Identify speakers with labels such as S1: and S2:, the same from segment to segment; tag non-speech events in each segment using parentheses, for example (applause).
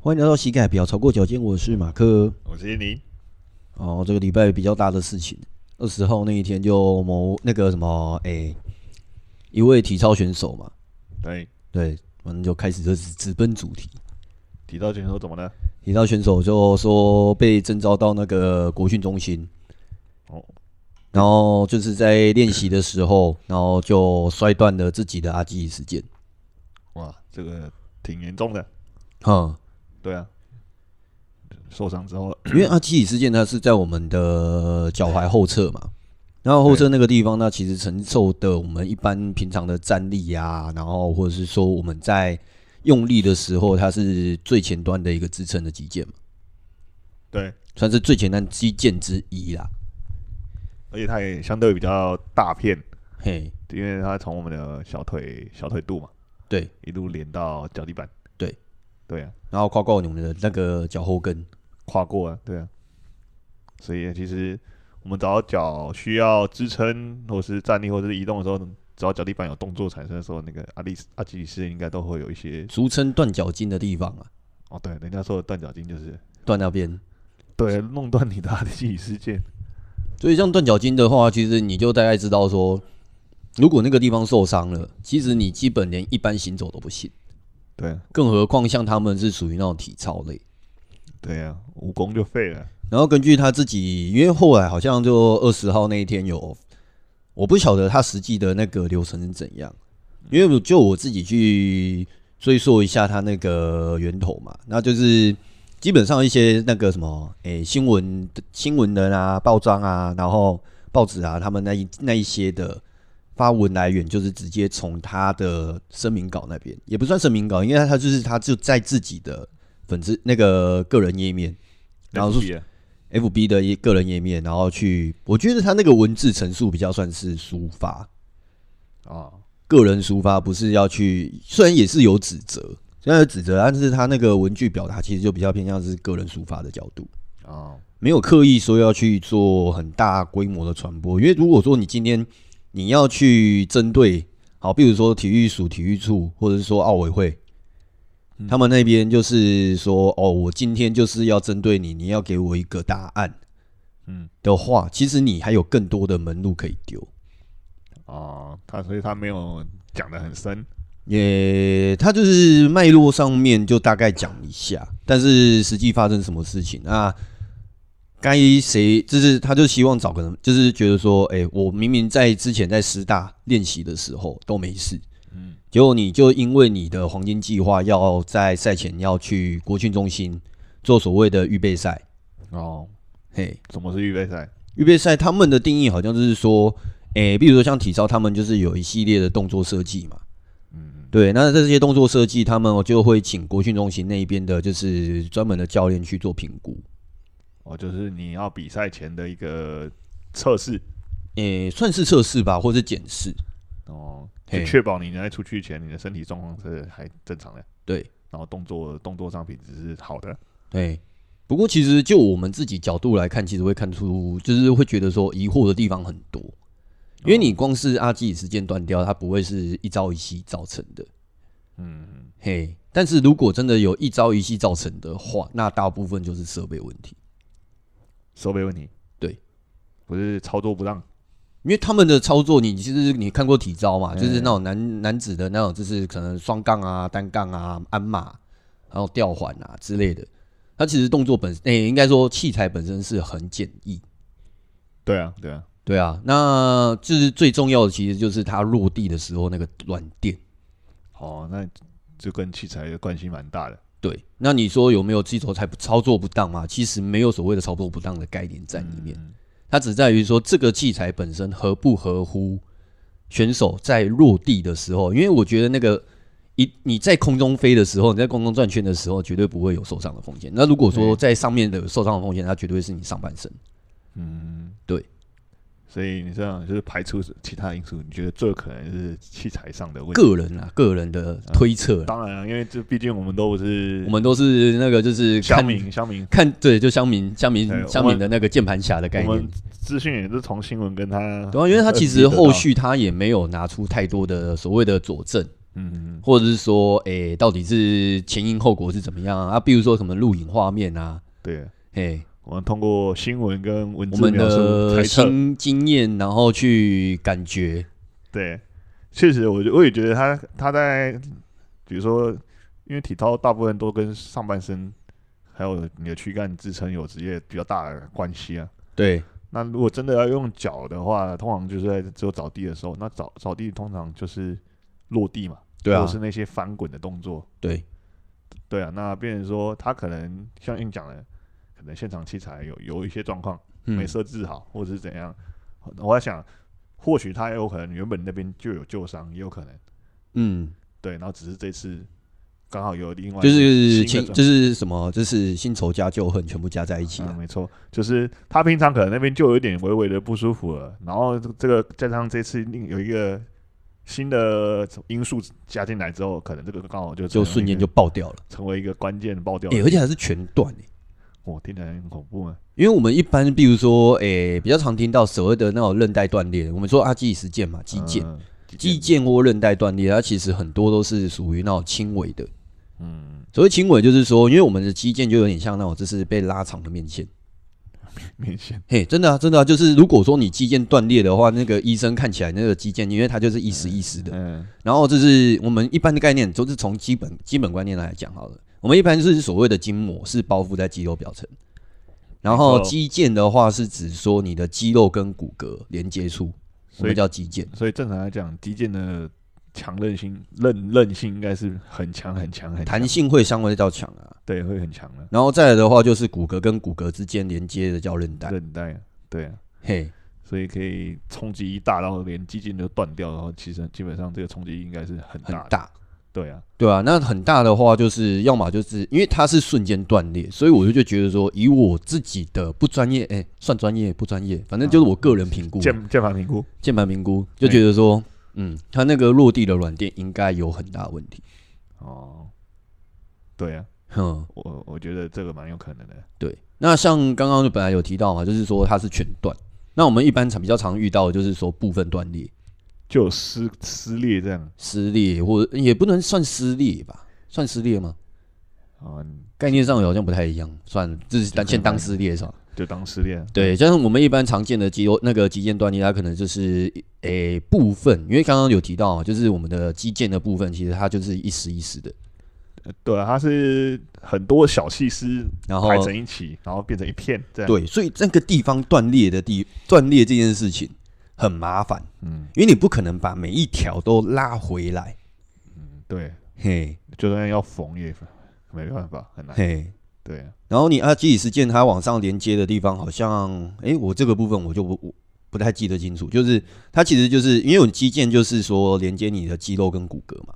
S1: 欢迎来到膝盖不要超过脚尖，我是马克。
S2: 我是你，
S1: 哦，这个礼拜比较大的事情，二十号那一天就某那个什么，哎、一位体操选手嘛，
S2: 对，
S1: 对，我们就开始就是直奔主题。
S2: 提到选手怎么了？
S1: 体操选手就说被征召到那个国训中心，
S2: 哦，
S1: 然后就是在练习的时候，然后就摔断了自己的阿基里斯腱。
S2: 哇，这个挺严重的，
S1: 哈、
S2: 对啊，受伤之后，
S1: 因为阿基里斯腱它是在我们的脚踝后侧嘛，然后后侧那个地方，那其实承受的我们一般平常的站立啊，然后或者是说我们在用力的时候，它是最前端的一个支撑的肌腱嘛，
S2: 对，
S1: 算是最前端肌腱之一啦。
S2: 而且它也相对比较大片，
S1: 嘿，
S2: 因为它从我们的小腿小腿肚嘛，
S1: 对，
S2: 一路连到脚底板，
S1: 对，
S2: 对啊，
S1: 然后跨过你们的那个脚后跟，
S2: 跨过啊，对啊，所以其实我们找到脚需要支撑，或是站立，或者是移动的时候，只要脚底板有动作产生的时候，那个阿里斯阿基里斯应该都会有一些
S1: 俗称断脚筋的地方啊，
S2: 哦，对，人家说的断脚筋就是
S1: 断那边。
S2: 对弄断你的阿基里斯腱，
S1: 所以像断脚筋的话，其实你就大概知道说，如果那个地方受伤了，其实你基本连一般行走都不行。
S2: 对啊。
S1: 更何况像他们是属于那种体操类。
S2: 对呀、武功就废了。
S1: 然后根据他自己，因为后来好像就二十号那一天有，我不晓得他实际的那个流程是怎样，因为就我自己去追溯一下他那个源头嘛，那就是基本上一些那个什么，诶、新闻新闻人啊、报章啊，然后报纸啊，他们那一那一些的发文来源，就是直接从他的声明稿那边，也不算声明稿，因为他就是他就在自己的粉丝那个个人页面。然后是
S2: FB 啊
S1: F B 的一个人页面，然后去，我觉得他那个文字陈述比较算是抒发，
S2: 哦，
S1: 个人抒发，不是要去，虽然也是有指责，虽然有指责，但是他那个文具表达其实就比较偏向是个人抒发的角度，
S2: 哦，
S1: 没有刻意说要去做很大规模的传播，因为如果说你今天你要去针对，好，比如说体育署、体育处，或者是说奥委会。他们那边就是说，哦，我今天就是要针对你，你要给我一个答案，
S2: 嗯，
S1: 的话，其实你还有更多的门路可以丢。
S2: 哦，他所以他没有讲的很深，
S1: 也，他呃就是脉络上面就大概讲一下，但是实际发生什么事情啊？该谁就是他就希望找个人，就是觉得说，哎、我明明在之前在师大练习的时候都没事，嗯，结果你就因为你的黄金计划要在赛前要去国训中心做所谓的预备赛，
S2: 哦，
S1: 嘿，
S2: 什么是预备赛？
S1: 预备赛他们的定义好像就是说，诶、比如说像体操，他们就是有一系列的动作设计嘛。
S2: 嗯，
S1: 对，那这些动作设计，他们就会请国训中心那一边的，就是专门的教练去做评估。
S2: 哦，就是你要比赛前的一个测试，
S1: 诶、算是测试吧，或是检视。
S2: 哦，
S1: 嘿
S2: 就确保你在出去前你的身体状况是还正常的，
S1: 对，
S2: 然后动作动作上品质是好的，
S1: 对。不过其实就我们自己角度来看，其实会看出，就是会觉得说疑惑的地方很多，因为你光是阿基里斯腱断掉，它不会是一朝一夕造成的。
S2: 嗯，
S1: 嘿，但是如果真的有一朝一夕造成的话，那大部分就是设备问题。
S2: 设备问题，
S1: 对，
S2: 不是操作不当，
S1: 因为他们的操作你，其实你看过体操嘛，
S2: 嗯
S1: 就是那种男男子的那种，就是可能双杠啊、单杠啊、鞍马，然后吊环啊之类的。它其实动作本，诶、应该说器材本身是很简易。
S2: 对啊，对啊，
S1: 对啊，那就是最重要的，其实就是它落地的时候那个软垫。
S2: 哦，那就跟器材的关系蛮大的，
S1: 对，那你说有没有技术才操作不当嘛？其实没有所谓的操作不当的概念在里面，
S2: 嗯
S1: 它只在于说这个器材本身合不合乎选手在落地的时候，因为我觉得那个一你在空中飞的时候，你在空中转圈的时候，绝对不会有受伤的风险。那如果说
S2: 对
S1: 在上面的有受伤的风险，它绝对是你上半身。
S2: 嗯，
S1: 对。
S2: 所以你这样就是排除其他因素，你觉得这可能是器材上的问题？
S1: 个人啊，个人的推测啦，
S2: 当然啊了，因为这毕竟我们都不是
S1: 我们都是那个就是
S2: 乡
S1: 看
S2: 民，乡民，
S1: 看对，就乡民乡民
S2: 对我们
S1: 乡民的那个键盘侠的概
S2: 我
S1: 念啊
S2: 们。资讯也是从新闻跟他，
S1: 对啊，因为他其实后续他也没有拿出太多的所谓的佐证，
S2: 嗯，
S1: 或者是说，诶、到底是前因后果是怎么样啊？啊比如说什么录影画面啊，
S2: 对，
S1: 诶，
S2: 我们通过新闻跟文
S1: 我
S2: 字
S1: 们
S2: 描述
S1: 的
S2: 猜测，
S1: 经经验，然后去感觉，
S2: 对，确实，我就我也觉得他他在，比如说，因为体操大部分都跟上半身还有你的躯干支撑有直接比较大的关系啊。
S1: 对，
S2: 那如果真的要用脚的话，通常就是在只有着地的时候，那着着地通常就是落地嘛，
S1: 对
S2: 或
S1: 啊
S2: 者，是那些翻滚的动作，
S1: 对，
S2: 对啊。那变成说他可能像你讲的，可能现场器材有有一些状况
S1: 嗯
S2: 没设置好，或者是怎样。我在想，或许他有可能原本那边就有旧伤，也有可能。
S1: 嗯，
S2: 对，然后只是这次刚好有另外
S1: 就
S2: 一
S1: 是
S2: 个新
S1: 情
S2: 的转
S1: 就是什么，就是新仇加旧恨全部加在一起
S2: 啊，
S1: 啊。
S2: 没错，就是他平常可能那边就有一点微微的不舒服了，然后这个加上这次另有一个新的因素加进来之后，可能这个刚好就
S1: 就
S2: 成为
S1: 瞬
S2: 一
S1: 间就
S2: 个
S1: 哎爆掉了，
S2: 成为一个关键爆掉
S1: 诶、
S2: 的。
S1: 而且还是全断、欸，
S2: 哇，听起来很恐怖啊！
S1: 因为我们一般，比如说，诶、比较常听到所谓的那种韧带断裂，我们说啊，肌实腱嘛，肌腱、
S2: 嗯，
S1: 肌腱或韧带断裂，它其实很多都是属于那种轻微的。
S2: 嗯，
S1: 所谓轻微，就是说，因为我们的肌腱就有点像那种，就是被拉长的面线。
S2: 明显
S1: 嘿，真的啊，真的啊，就是如果说你肌腱断裂的话，那个医生看起来那个肌腱，因为它就是一丝一丝的。
S2: 嗯
S1: 然后这是我们一般的概念，都是从基本基本观念来讲好了。我们一般是所谓的筋膜是包覆在肌肉表层，然后
S2: 没错
S1: 肌腱的话是指说你的肌肉跟骨骼连接处，我
S2: 所以
S1: 们叫肌腱。
S2: 所以正常来讲，肌腱的强韧性韧韧性应该是很强很强很强
S1: 弹性会相对较强啊，
S2: 对会很强的
S1: 然后再来的话就是骨骼跟骨骼之间连接的叫韧带，
S2: 韧带啊，对啊。
S1: 嘿，
S2: 所以可以冲击一大，然后连肌腱都断掉，然后其实基本上这个冲击应该是很
S1: 很
S2: 大的。
S1: 大，
S2: 对啊，
S1: 对啊，那很大的话就是要么就是因为它是瞬间断裂，所以我就就觉得说，以我自己的不专业，哎、算专业不专业，反正就是我个人评估啊，
S2: 键键盘评估，
S1: 键盘评估就觉得说，嗯，它那个落地的软垫应该有很大问题。
S2: 哦，对啊，
S1: 哼，
S2: 我我觉得这个蛮有可能的。
S1: 对。那像刚刚就本来有提到嘛，就是说它是全断。那我们一般常比较常遇到的就是说部分断裂、
S2: 就有撕撕裂这样
S1: 撕裂，或者也不能算撕裂吧？算撕裂吗？
S2: 啊、嗯
S1: 概念上好像不太一样，算这是当先当撕裂是吧？
S2: 就当撕裂。啊
S1: 对，像我们一般常见的肌肉那个肌腱断裂，它可能就是诶、部分，因为刚刚有提到嘛，就是我们的肌腱的部分，其实它就是一丝一丝的，
S2: 呃对啊，它是很多小细丝
S1: 然后
S2: 排成一起，然后变成一片这样。，
S1: 对，所以那个地方断裂的地断裂这件事情很麻烦，
S2: 嗯
S1: 因为你不可能把每一条都拉回来。
S2: 嗯，对，
S1: 嘿，
S2: 就算要缝也没办法，很难。
S1: 嘿，
S2: 对啊，
S1: 然后你阿基里斯腱它往上连接的地方，好像诶、我这个部分我就不我不太记得清楚，就是它其实就是因为我肌腱就是说连接你的肌肉跟骨骼嘛。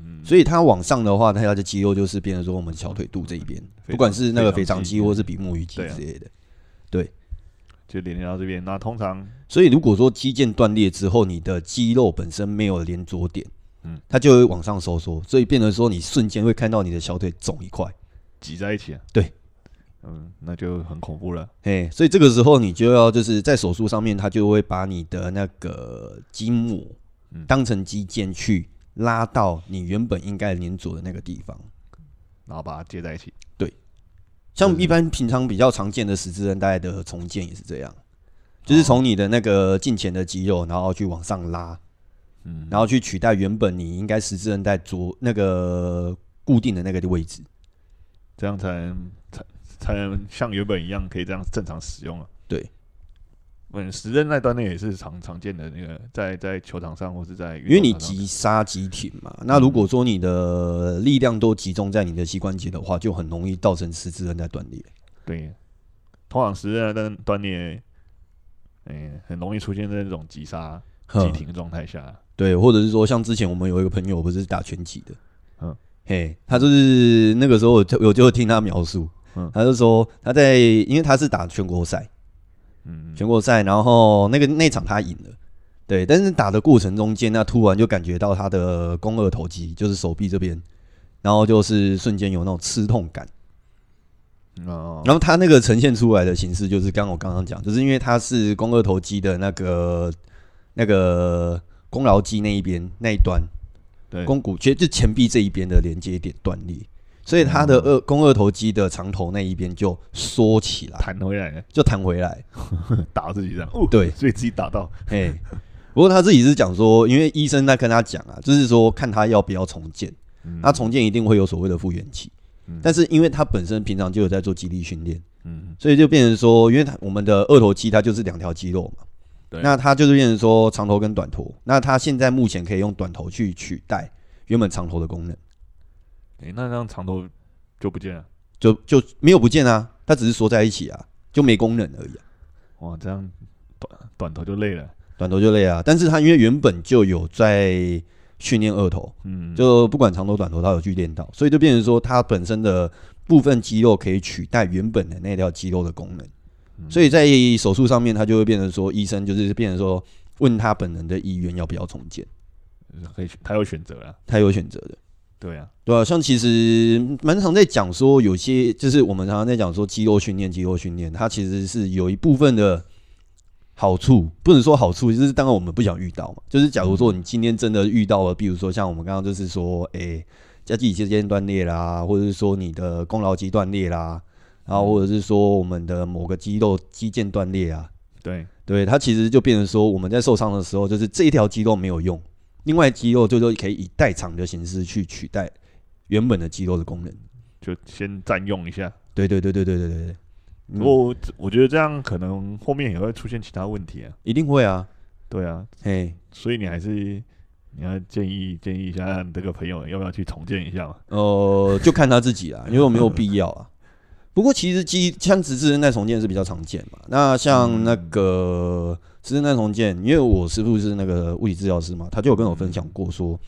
S2: 嗯
S1: 所以它往上的话，它的肌肉就是变成说我们小腿肚这一边，
S2: 非
S1: 不管
S2: 常
S1: 是那个
S2: 非
S1: 腓
S2: 常
S1: 肠
S2: 肌
S1: 肌或是比目鱼肌
S2: 对啊
S1: 之类的。
S2: 就连接到这边。那通常
S1: 所以如果说肌腱断裂之后，你的肌肉本身没有连着点，
S2: 嗯
S1: 它就会往上收缩，所以变成说你瞬间会看到你的小腿肿一块，
S2: 挤在一起、啊。
S1: 对，
S2: 嗯，那就很恐怖了。
S1: 嘿，所以这个时候你就要就是在手术上面，它就会把你的那个筋膜
S2: 嗯
S1: 当成肌腱去拉到你原本应该连着的那个地方。
S2: 然后把它接在一起。
S1: 像
S2: 嗯
S1: 一般平常比较常见的十字韧带的重建也是这样，就是从你的那个胫前的肌肉，然后去往上拉，
S2: 嗯，
S1: 然后去取代原本你应该十字韧带着那个固定的那个位置。
S2: 这样才能才才能像原本一样可以这样正常使用了。啊
S1: 对，
S2: 嗯，时针那端那也是常常见的那个，在在球场上或是在
S1: 因为你
S2: 运动场上
S1: 急刹急停嘛，那如果说你的力量都集中在你的膝关节的话，就很容易造成十字韧带断裂。
S2: 对，通常时针那端端也，哎、很容易出现这种急刹急
S1: 哼，
S2: 停的状态下。
S1: 对，或者是说像之前我们有一个朋友不是打拳击的，
S2: 嗯
S1: 嗯，嘿，他就是那个时候我就我就听他描述，
S2: 嗯
S1: 他就说他在因为他是打全国赛，
S2: 嗯，
S1: 全国赛，然后那个那场他赢了，对，但是打的过程中间，那突然就感觉到他的肱二头肌，就是手臂这边，然后就是瞬间有那种刺痛感，
S2: 哦，
S1: 然后他那个呈现出来的形式就是刚刚我刚刚讲，就是因为他是肱二头肌的那个那个肱桡肌那一边那一端，
S2: 对，
S1: 肱骨缺就前臂这一边的连接点断裂，所以它
S2: 嗯
S1: 的二肱二头肌的长头那一边就缩起来，
S2: 弹回来了
S1: 就弹回来。
S2: 打自己这样，哦，
S1: 对
S2: 所以自己打到，
S1: 哎，不过他自己是讲说，因为医生在跟他讲啊，就是说看他要不要重建，
S2: 嗯
S1: 那重建一定会有所谓的复原期
S2: 嗯。
S1: 但是因为他本身平常就有在做肌力训练，
S2: 嗯，
S1: 所以就变成说，因为他我们的二头肌它就是两条肌肉嘛，
S2: 对
S1: 那它就是变成说长头跟短头，那它现在目前可以用短头去取代原本长头的功能，
S2: 诶哎那让长头就不见了，
S1: 就就没有不见啊，它只是缩在一起啊，就没功能而已啊、
S2: 哇，这样短短头就累了，
S1: 短头就累啊，但是它因为原本就有在训练二头，
S2: 嗯，
S1: 就不管长头短头，它有去练到，所以就变成说它本身的部分肌肉可以取代原本的那条肌肉的功能，
S2: 嗯
S1: 所以在手术上面，它就会变成说医生就是变成说问他本人的意愿要不要重建，
S2: 可以他有选择了，
S1: 他有选择的。
S2: 对啊，
S1: 对啊，像其实蛮常在讲说，有些就是我们常常在讲说肌肉训练，肌肉训练，它其实是有一部分的好处，不能说好处，就是当然我们不想遇到嘛。就是假如说你今天真的遇到了，比如说像我们刚刚就是说，诶、加肌肌腱断裂啦，或者是说你的功劳肌断裂啦，然后或者是说我们的某个肌肉肌腱断裂啊，
S2: 对，
S1: 对，它其实就变成说，我们在受伤的时候，就是这一条肌肉没有用，另外肌肉就就可以以代偿的形式去取代原本的肌肉的功能。
S2: 就先占用一下，
S1: 对对对对对对对对，嗯、
S2: 不过我觉得这样可能后面也会出现其他问题啊，
S1: 一定会啊，
S2: 对啊，
S1: 嘿，
S2: 所以你还是你要建议建议一下你这个朋友要不要去重建一下嘛？
S1: 呃，就看他自己啦，因为我没有必要啊。不过其实肌像直肢韧带重建是比较常见嘛，那像那个直肢韧带重建，因为我师傅是那个物理治疗师嘛，他就有跟我分享过说，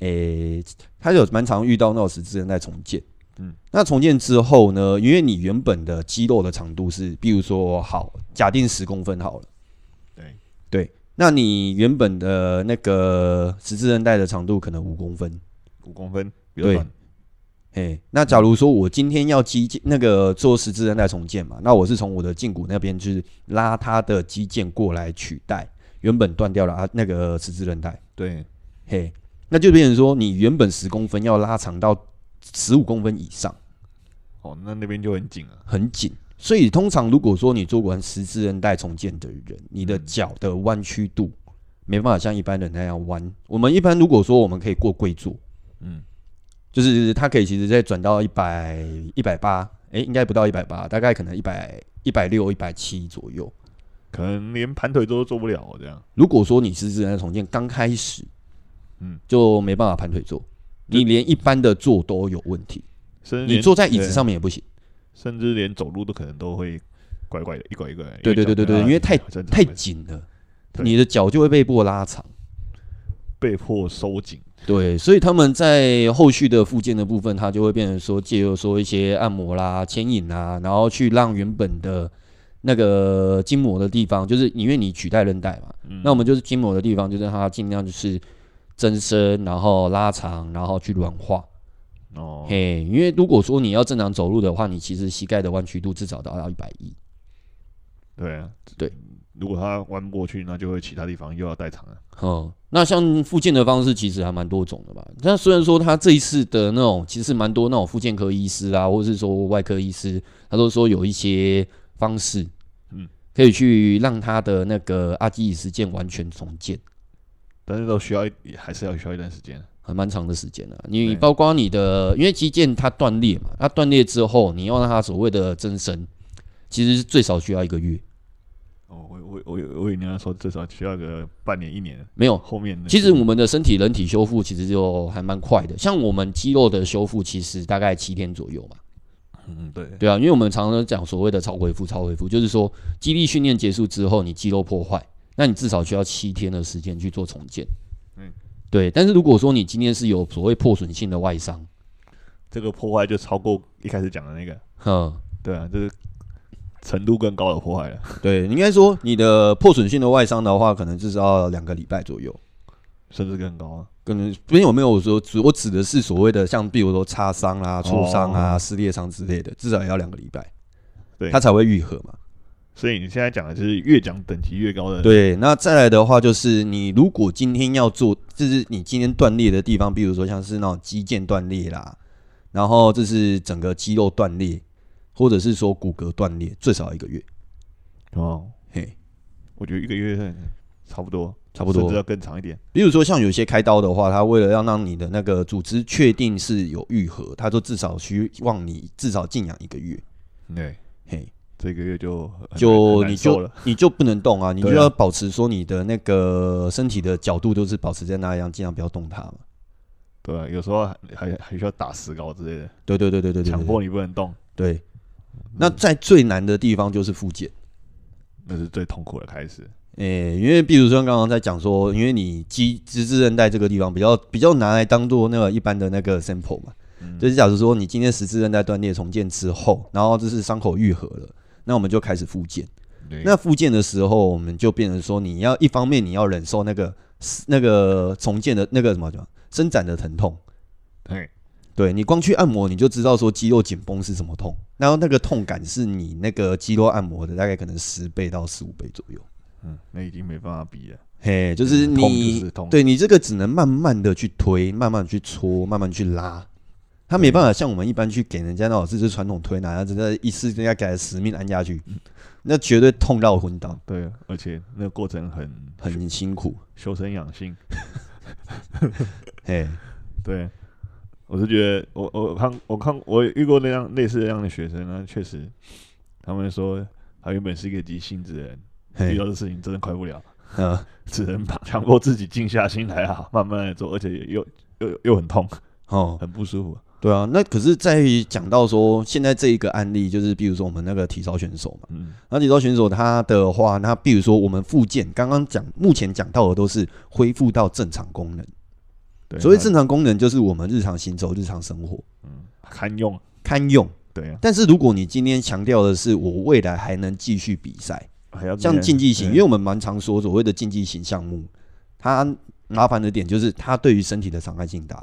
S1: 诶、他有蛮常遇到那种十字韧带重建。
S2: 嗯
S1: 嗯，那重建之后呢？因为你原本的肌肉的长度是，比如说好，假定十公分好了。
S2: 对
S1: 对，那你原本的那个十字韧带的长度可能五公分。
S2: 五公分比较
S1: 对
S2: 短，
S1: 哎、那假如说我今天要肌腱那个做十字韧带重建嘛，那我是从我的胫骨那边去拉它的肌腱过来取代原本断掉了啊那个十字韧带。
S2: 对，
S1: 嘿，那就变成说你原本十公分要拉长到十五公分以上，
S2: 哦，那那边就很紧啊了，
S1: 很紧。所以通常如果说你做完十字韧带重建的人，你的
S2: 嗯
S1: 脚的弯曲度没办法像一般人那样弯。我们一般如果说我们可以过跪坐，
S2: 嗯，
S1: 就是它可以其实再转到一百一百八，诶，应该不到一百八，大概可能一百一百六、一百七左右。
S2: 可能连盘腿都做不了哦这样，
S1: 如果说你十字韧带重建刚开始，
S2: 嗯
S1: 嗯，就没办法盘腿坐，你连一般的坐都有问题。
S2: 甚至
S1: 你
S2: 连
S1: 坐在椅
S2: 对
S1: 子上面也不行，
S2: 甚至连走路都可能都会拐拐的，一拐一拐哎的。
S1: 对对对对对
S2: 因
S1: 因为太
S2: 太
S1: 太紧了，
S2: 对
S1: 你的脚就会被迫拉长。
S2: 被迫收紧，
S1: 对，所以他们在后续的附件的部分，它就会变成说借由说一些按摩啦、牵引啦，然后去让原本的那个筋膜的地方，就是因为你取代韧带嘛，
S2: 嗯
S1: 那我们就是筋膜的地方，就让它尽量就是增生，然后拉长，然后去软化。
S2: 哦，
S1: 嘿，因为如果说你要正常走路的话，你其实膝盖的弯曲度至少达到一百一。
S2: 对啊，
S1: 对。
S2: 如果他弯不过去，那就会其他地方又要代啊偿了。
S1: 哦，那像复健的方式其实还蛮多种的吧。那虽然说他这一次的那种，其实蛮多那种复健科医师啊，或者是说外科医师，他都说有一些方式，
S2: 嗯
S1: 嗯，可以去让他的那个阿基里斯腱完全重建，
S2: 但是都需要一，也还是要需要一段时间。
S1: 还蛮长的时间啊。你
S2: 对
S1: 包括你的，因为肌腱它断裂嘛，它断裂之后，你要让它所谓的增生，其实是最少需要一个月，
S2: 哦，我我我以我以为你要说至少需要个半年一年，
S1: 没有
S2: 后面那
S1: 其
S2: 个
S1: 实我们的身体人体修复其实就还蛮快的，像我们肌肉的修复其实大概七天左右嘛。
S2: 嗯对
S1: 对啊，因为我们常常讲所谓的超恢复，超恢复就是说肌力训练结束之后，你肌肉破坏，那你至少需要七天的时间去做重建。
S2: 嗯
S1: 嗯，对。但是如果说你今天是有所谓破损性的外伤，
S2: 这个破坏就超过一开始讲的那个，
S1: 嗯，
S2: 对啊，就是程度更高的破坏了。
S1: 对，应该说你的破损性的外伤的话，可能至少要两个礼拜左右。
S2: 甚至更高啊。
S1: 可能没有没有我说指我指的是所谓的像比如说擦伤啦、挫伤啊、
S2: 哦
S1: 撕裂伤之类的，至少也要两个礼拜，
S2: 对
S1: 它才会愈合嘛。
S2: 所以你现在讲的就是越讲等级越高的，，
S1: 对，那再来的话就是，你如果今天要做，就是你今天断裂的地方，比如说像是那种肌腱断裂啦，然后这是整个肌肉断裂，或者是说骨骼断裂，最少一个月，
S2: 哦，
S1: 嘿，
S2: 我觉得一个月算差不多，
S1: 差不多
S2: 甚至要更长一点。
S1: 比如说像有些开刀的话，它为了要让你的那个组织确定是有愈合，它就至少需望你至少静养一个月，
S2: 对，
S1: 嘿，
S2: 嗯这个月就很难
S1: 就
S2: 很难
S1: 你
S2: 受
S1: 就
S2: 了，
S1: 你就不能动啊，你就
S2: 对啊
S1: 要保持说你的那个身体的角度都是保持在那样，尽量不要动它嘛。
S2: 对啊，有时候还还还需要打石膏之类的，
S1: 对对对对对对，
S2: 强迫你不能动，
S1: 对。那在最难的地方就是复健，
S2: 那是最痛苦的开始。
S1: 诶、因为比如说刚刚在讲说，因为你肌直至韧带这个地方比较比较拿来当做那个一般的那个 sample 嘛，
S2: 嗯
S1: 就是假如说你今天十字韧带断裂重建之后，然后就是伤口愈合了，那我们就开始复健。
S2: 对
S1: 那复健的时候，我们就变成说，你要一方面你要忍受那个那个重建的那个什么什么伸展的疼痛，
S2: 对，
S1: 对你光去按摩，你就知道说肌肉紧绷是什么痛，然后那个痛感是你那个肌肉按摩的大概可能十倍到十五倍左右。
S2: 嗯，那已经没办法比了，
S1: 嘿，就是
S2: 嗯痛就
S1: 你
S2: 是痛，
S1: 对你这个只能慢慢的去推，慢慢地去搓，慢慢地去拉。他没办法像我们一般去给人家那种就是传统推拿，然后真的一次人家给他死命按下去，
S2: 嗯
S1: 那绝对痛到昏倒，
S2: 对，而且那个过程很
S1: 很辛苦。
S2: 修身养性。
S1: 嘿，
S2: 对，我是觉得我我看我看我也遇过那样类似那样的学生呢，确实，他们说他原本是一个急性子的人，遇
S1: 嘿
S2: 到，的事情真的快不了，
S1: 嗯，
S2: 只能把强迫自己静下心来啊，慢慢的做，而且又又又很痛，
S1: 哦，
S2: 很不舒服。
S1: 对啊，那可是在于讲到说现在这一个案例，就是比如说我们那个体操选手嘛，
S2: 嗯，
S1: 那体操选手他的话，那比如说我们复健，刚刚讲目前讲到的都是恢复到正常功能，
S2: 对，
S1: 所谓
S2: 那
S1: 正常功能就是我们日常行走、日常生活
S2: 堪用，
S1: 堪用。
S2: 对啊，
S1: 但是如果你今天强调的是我未来还能继续比赛，
S2: 还要
S1: 像竞技型，因
S2: 对
S1: 为我们蛮常说所谓的竞技型项目，它麻烦的点就是它对于身体的伤害性大，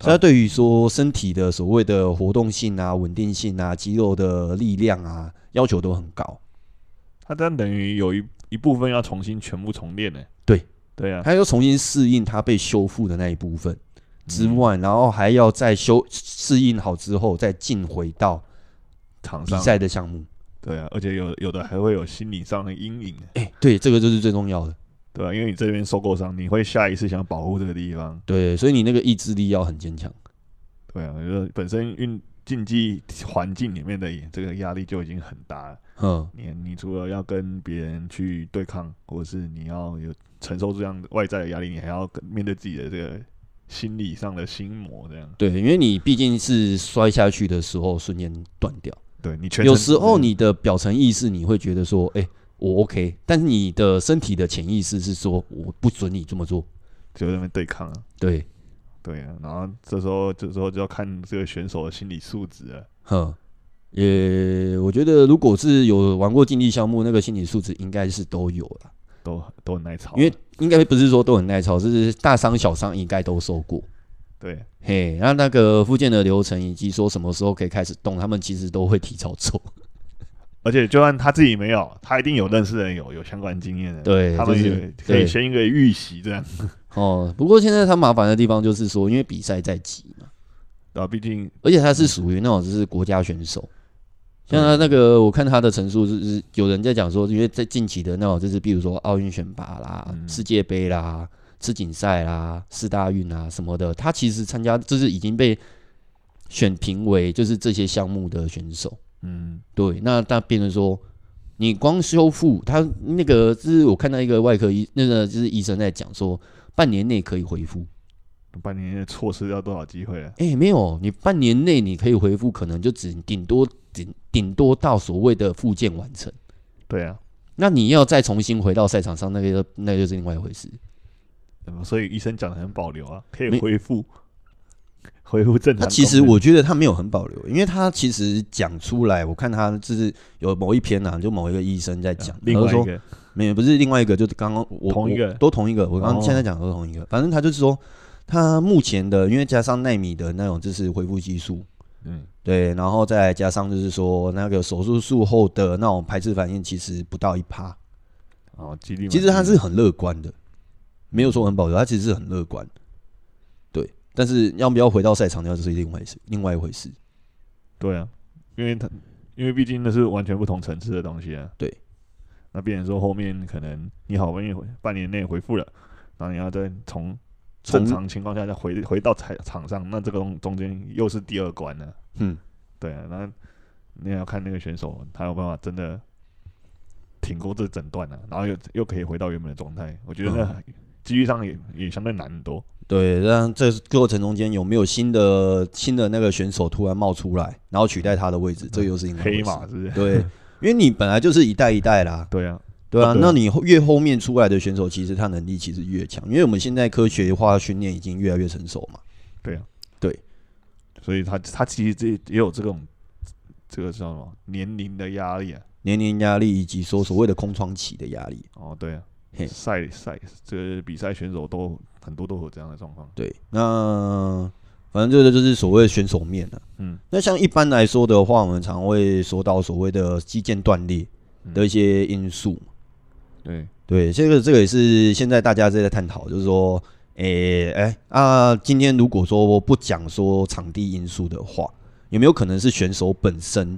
S1: 所以它对于说身体的所谓的活动性啊、稳定性啊、肌肉的力量啊，要求都很高。
S2: 他这样等于有一一部分要重新全部重练呢、
S1: 对，
S2: 对啊，
S1: 它要重新适应它被修复的那一部分之
S2: 嗯
S1: 外，然后还要再修适应好之后，再进回到
S2: 场
S1: 比
S2: 上
S1: 赛的项目。
S2: 对啊，而且有有的还会有心理上的阴影，
S1: 哎、对，这个就是最重要的。
S2: 对啊，因为你这边受过伤，你会下意识想保护这个地方。
S1: 对，所以你那个意志力要很坚强。
S2: 对啊，就是本身运竞技环境里面的这个压力就已经很大了。
S1: 嗯，
S2: 你你除了要跟别人去对抗，或者是你要有承受这样的外在的压力，你还要跟面对自己的这个心理上的心魔，这样。
S1: 对，因为你毕竟是摔下去的时候瞬间断掉，
S2: 对你全
S1: 有
S2: 程
S1: 时候你的表层意识你会觉得说，哎、我 OK，但是你的身体的潜意识是说，我不准你这么做。
S2: 就在那边对抗啊，
S1: 对，
S2: 对啊，然后这时候这时候就要看这个选手的心理素质啊了。
S1: 哼，也我觉得如果是有玩过竞技项目，那个心理素质应该是都有啦，
S2: 都都很耐操啊，
S1: 因为应该不是说都很耐操，就是大伤小伤应该都受过。
S2: 对啊
S1: 嘿，那那个复健的流程以及说什么时候可以开始动，他们其实都会提早做。 (laughs)
S2: 而且就算他自己没有，他一定有认识的人有有相关经验的，
S1: 对
S2: 他们
S1: 就是
S2: 也可以
S1: 对
S2: 先一个预习这样。
S1: 哦，不过现在它麻烦的地方就是说，因为比赛在即嘛，
S2: 然后毕竟
S1: 而且他是属于那种就是国家选手，
S2: 嗯
S1: 像他那个我看他的陈述就是有人在讲说，因为在近期的那种就是比如说奥运选拔啦、
S2: 嗯
S1: 世界杯啦、世锦赛啦、四大运啊什么的，他其实参加就是已经被选评为就是这些项目的选手。
S2: 嗯，
S1: 对，那但变成说，你光修复他那个，就是我看到一个外科医，那个就是医生在讲说，半年内可以恢复。
S2: 半年内错失掉多少机会了？
S1: 哎、没有，你半年内你可以恢复，可能就只顶多顶顶多到所谓的复健完成。
S2: 对啊，
S1: 那你要再重新回到赛场上，那个就那就是另外一回事。
S2: 嗯所以医生讲的很保留啊，可以
S1: 没
S2: 恢复， (laughs) 恢复正常
S1: 他
S2: 功能。
S1: 其实我觉得他没有很保留，因为他其实讲出来，我看他就是有某一篇啊，就某一个医生在讲
S2: 啊，另
S1: 他
S2: 外
S1: 就说
S2: 一个，
S1: 没有，不是另外一个，就是刚刚我
S2: 同一个
S1: 我都同一个。我刚
S2: 哦
S1: 刚现在讲的都同一个，反正他就是说，他目前的因为加上纳米的那种就是恢复激素，
S2: 嗯，
S1: 对，然后再加上就是说那个手术术后的那种排斥反应其实不到一趴，
S2: 哦，几率蛮
S1: 其实他
S2: 低的
S1: 是很乐观的，没有说很保守，他其实是很乐观。对，但是要不要回到赛场，那就是另外一回事，另外一回事。
S2: 对啊，因为他因为毕竟那是完全不同层次的东西啊。
S1: 对，
S2: 那变成说后面可能你好不容易回半年内回复了，然后你要再从
S1: 从
S2: 正常情况下再回回到场场上，那这个东中间又是第二关了、
S1: 嗯，
S2: 对啊，那你也要看那个选手他有办法真的挺过这整段啊，然后又又可以回到原本的状态。我觉得那
S1: 嗯
S2: 机遇上也也相对难很多。
S1: 对，让这过程中间有没有新的新的那个选手突然冒出来，然后取代他的位置，这又嗯是另外一回
S2: 黑
S1: 事
S2: 马是不是？
S1: 对，因为你本来就是一代一代啦，
S2: 对啊，
S1: 对啊，
S2: 对
S1: 那你后越后面出来的选手，其实他能力其实越强，因为我们现在科学化训练已经越来越成熟嘛。
S2: 对啊，
S1: 对，
S2: 所以他他其实这也有这种这个叫什么年龄的压力啊。
S1: 年龄压力以及说所谓的空窗期的压力，
S2: 哦，对啊
S1: 嘿，
S2: 赛赛这个比赛选手都很多都有这样的状况。
S1: 对，那反正这个就是所谓的选手面了、
S2: 嗯，
S1: 那像一般来说的话，我们常会说到所谓的肌腱断裂的一些因素，
S2: 对，
S1: 对，这个这个也是现在大家是在探讨，就是说，诶、诶、啊，今天如果说不讲说场地因素的话，有没有可能是选手本身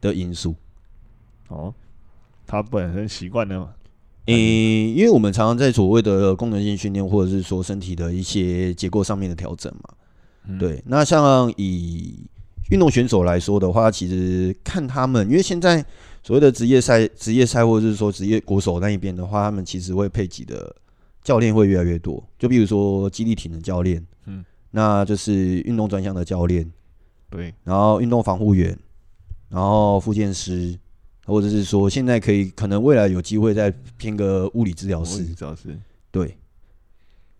S1: 的因素？
S2: 哦，他本身习惯了嘛，嗯
S1: 诶、因为我们常常在所谓的功能性训练，或者是说身体的一些结构上面的调整嘛，
S2: 嗯
S1: 对，那像以运动选手来说的话，其实看他们，因为现在所谓的职业赛、职业赛或者是说职业国手那一边的话，他们其实会配给的教练会越来越多。就比如说肌力体能教练，
S2: 嗯，
S1: 那就是运动专项的教练，
S2: 对，
S1: 然后运动防护员，然后复健师，或者是说现在可以可能未来有机会再编个物理治疗
S2: 我
S1: 师，
S2: 只要是
S1: 对，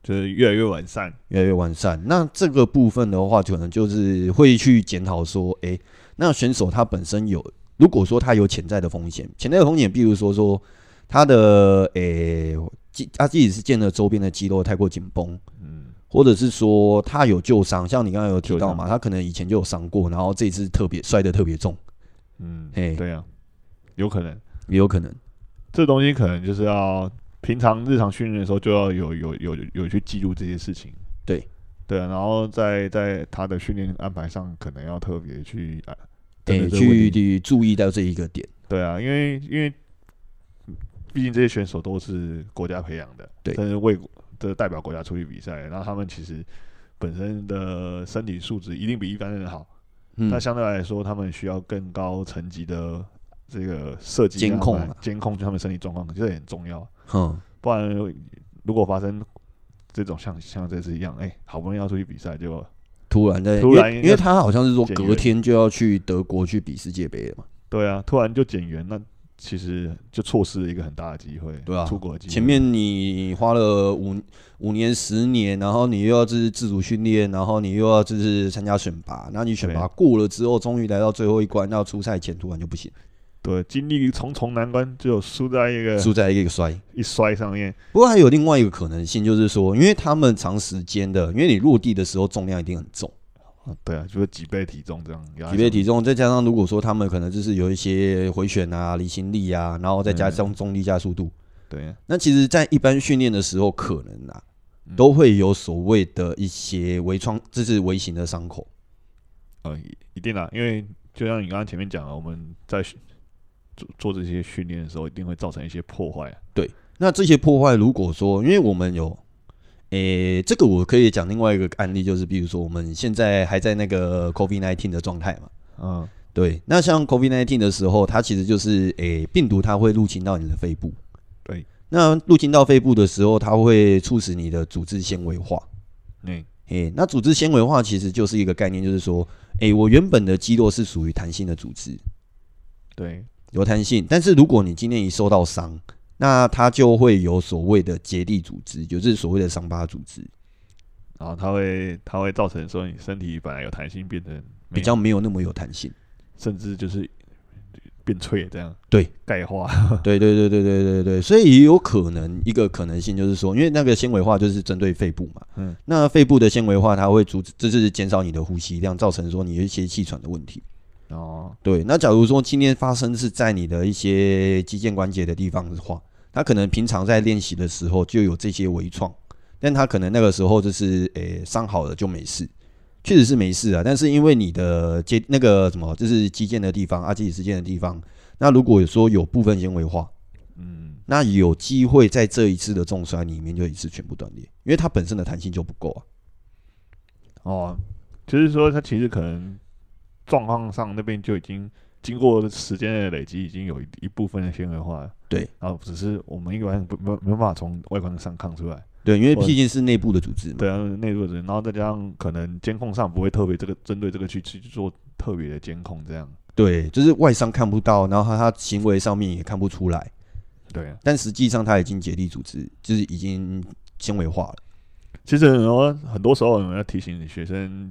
S2: 就是越来越完善。
S1: 越来越完善。那这个部分的话，可能就是会去检讨说，诶、那选手他本身有，如果说他有潜在的风险，潜在的风险，比如说说他的诶肌、他自己是建了周边的肌肉太过紧绷，
S2: 嗯，
S1: 或者是说他有旧伤，像你刚刚有提到
S2: 旧
S1: 嘛，
S2: 伤
S1: 他可能以前就有伤过，然后这一次特别摔得特别重，
S2: 嗯，
S1: 嘿
S2: 对啊，有可能
S1: 也有可能。
S2: 这东西可能就是要平常日常训练的时候就要有有有有有去记录这些事情。
S1: 对，
S2: 对啊，然后在在他的训练安排上，可能要特别去啊，针
S1: 诶、
S2: 对这个问
S1: 去
S2: 题
S1: 去注意到这一个点，
S2: 对啊，因为因为毕竟这些选手都是国家培养的，
S1: 对
S2: 甚至为国的代表国家出去比赛，然后他们其实本身的身体素质一定比一般人好，
S1: 嗯
S2: 那，相对来说，他们需要更高层级的这个设计
S1: 监
S2: 安
S1: 控
S2: 排
S1: 啊
S2: 监控他们身体状况，这也很重要。
S1: 哼，
S2: 不然如果发生这种像像这次一样，哎、好不容易要出去比赛，结果
S1: 突然在，
S2: 突然
S1: 因为因为他好像是说
S2: 减
S1: 隔
S2: 员
S1: 天就要去德国去比世界杯了嘛。
S2: 对啊，突然就减员，那其实就错失了一个很大的机会，
S1: 对啊
S2: 出国的机会。
S1: 前面你花了五五年、十年，然后你又要就是自主训练，然后你又要就是参加选拔，那你选拔过了之后，终于来到最后一关，那出赛前突然就不行，
S2: 对，经历重重难关，只有输在一个
S1: 输在一个摔。
S2: 一摔上面。
S1: 不过还有另外一个可能性，就是说，因为他们长时间的，因为你落地的时候重量一定很重，
S2: 啊对啊，就是几倍体重这样。啊
S1: 几倍体重，再加上如果说他们可能就是有一些回旋啊、离心力啊，然后再加上重力加速度，
S2: 对啊，
S1: 那其实，在一般训练的时候，可能啊
S2: 嗯
S1: 都会有所谓的一些微创，这是微型的伤口。
S2: 呃，一一定啦，因为就像你刚刚前面讲了，我们在训做做这些训练的时候，一定会造成一些破坏啊。
S1: 那这些破坏，如果说，因为我们有，诶、这个我可以讲另外一个案例，就是比如说我们现在还在那个 COVID 1 9的状态嘛，
S2: 嗯，
S1: 对。那像 COVID 1 9的时候，它其实就是诶、病毒它会入侵到你的肺部，
S2: 对。
S1: 那入侵到肺部的时候，它会促使你的组织纤维化，
S2: 那、
S1: 诶、那组织纤维化其实就是一个概念，就是说，诶、我原本的肌肉是属于弹性的组织，
S2: 对，
S1: 有弹性，但是如果你今天一受到伤，那它就会有所谓的结缔组织，就是所谓的伤疤组织，
S2: 然后它会它会造成说你身体本来有弹性变成没
S1: 比较没有那么有弹性。
S2: 甚至就是变脆这样，
S1: 对，
S2: 钙化，
S1: 对对对对对对对，所以也有可能一个可能性就是说，因为那个纤维化就是针对肺部嘛，
S2: 嗯
S1: 嗯，那肺部的纤维化它会阻止，这就是减少你的呼吸量，造成说你有一些气喘的问题。
S2: 哦，
S1: 对，那假如说今天发生是在你的一些肌腱关节的地方的话，他可能平常在练习的时候就有这些微创，但他可能那个时候就是诶伤、好了就没事，确实是没事啊。但是因为你的接那个什么，就是肌腱的地方、阿基里斯腱的地方，那如果说有部分纤维化，
S2: 嗯，
S1: 那有机会在这一次的重摔里面就一次全部断裂，因为它本身的弹性就不够啊。
S2: 哦，就是说它其实可能状况上那边就已经经过时间的累积，已经有一一部分的纤维化了，
S1: 对，
S2: 然后只是我们一般不没有没有办法从外观上看出来，
S1: 对，因为
S2: 我
S1: 毕竟是内部的组织嘛。
S2: 对啊，内部的人，然后再加上可能监控上不会特别这个针对这个去去做特别的监控，这样，
S1: 对，就是外伤看不到，然后他他行为上面也看不出来，
S2: 对啊。
S1: 但实际上他已经结缔组织，就是已经纤维化了。
S2: 其实很多很多时候，我们要提醒学生，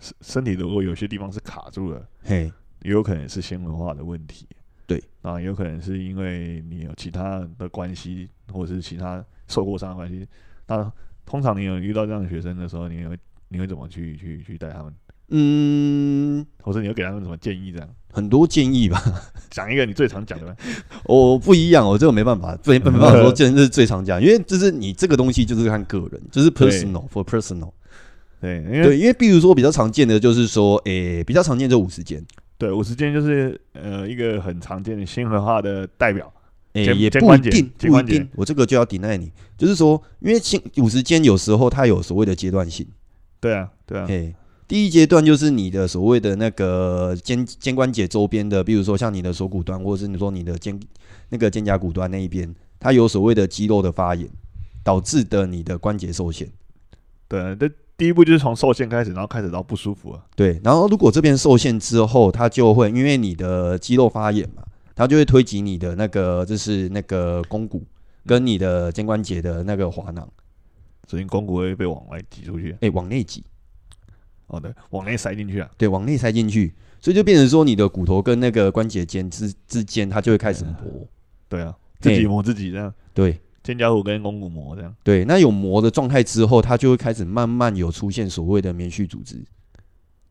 S2: 身身体如果有些地方是卡住了，
S1: 嘿，
S2: 也有可能是纤维化的问题。
S1: 对，
S2: 啊，也有可能是因为你有其他的关系，或者是其他受过伤的关系。那通常你有遇到这样的学生的时候，你会你会怎么去去去带他们，
S1: 嗯，
S2: 或者你会给他们什么建议？这样
S1: 很多建议吧，
S2: 讲一个你最常讲的吧。
S1: 我、不一样，我这个没办法，没没办法说，这是最常讲，因为就是你这个东西就是看个人，就是
S2: 对
S1: personal for personal。
S2: 对，因为
S1: 对，因为比如说比较常见的就是说，诶、比较常见就五十肩，
S2: 对五十肩就是呃一个很常见的纤维化的代表。
S1: 诶、
S2: 肩
S1: 也
S2: 肩
S1: 不一
S2: 关节
S1: 定，不
S2: 肩
S1: 一
S2: 关节
S1: 定。我这个就要抵赖你，就是说，因为性五十肩有时候它有所谓的阶段性，
S2: 对啊，对啊，
S1: 诶、第一阶段就是你的所谓的那个肩肩关节周边的，比如说像你的锁骨端，或者是你说你的肩那个肩胛骨端那一边，它有所谓的肌肉的发炎，导致的你的关节受限。
S2: 对啊。这第一步就是从受限开始，然后开始到不舒服啊了。
S1: 对，然后如果这边受限之后，它就会因为你的肌肉发炎嘛，它就会推及你的那个就是那个肱骨跟你的肩关节的那个滑囊，
S2: 所以肱骨会被往外挤出去，啊
S1: 哎，往内挤，
S2: 哦对，往内塞进去啊，
S1: 对，往内塞进去，所以就变成说你的骨头跟那个关节间之之间，它就会开始磨。
S2: 对啊，自
S1: 对
S2: 己磨自己这样，
S1: 对
S2: 肩胛骨跟肱骨磨这样，
S1: 对，那有磨的状态之后，它就会开始慢慢有出现所谓的棉絮组织，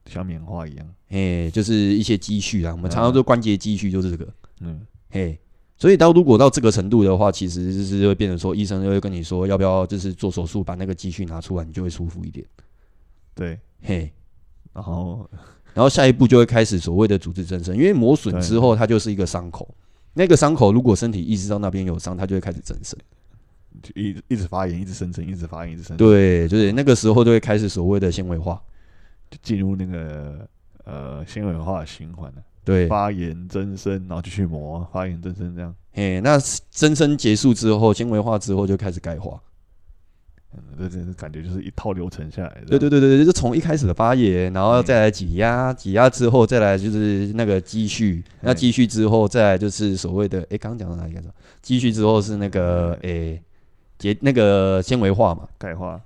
S2: 像棉花一样，
S1: 哎，就是一些积蓄啊，我们常常说关节积蓄就是这个。
S2: 嗯，
S1: 嘿，所以到如果到这个程度的话，其实就是会变成说，医生就会跟你说，要不要就是做手术把那个积蓄拿出来，你就会舒服一点。
S2: 对，
S1: 嘿，
S2: 然后
S1: 然后下一步就会开始所谓的组织增生，因为磨损之后它就是一个伤口，那个伤口如果身体意识到那边有伤，它就会开始增生。
S2: 就一直一直发炎，一直生成，一直发炎，一直生成，
S1: 对，就是那个时候就会开始所谓的纤维化。
S2: 就进入那个呃纤维化的循环了，
S1: 对，
S2: 发炎增生，然后继续磨，发炎增生这样，
S1: 嘿，那增生结束之后，纤维化之后就开始钙化。
S2: 嗯，这真是感觉就是一套流程下来，
S1: 对对，对对对，就从一开始的发炎，然后
S2: 啊嗯
S1: 再来挤压，挤压之后再来就是那个积蓄，那
S2: 嗯
S1: 积蓄之后再来就是所谓的，诶，刚刚讲到哪里来着？积蓄之后是那个诶结那个纤维化嘛，
S2: 钙化，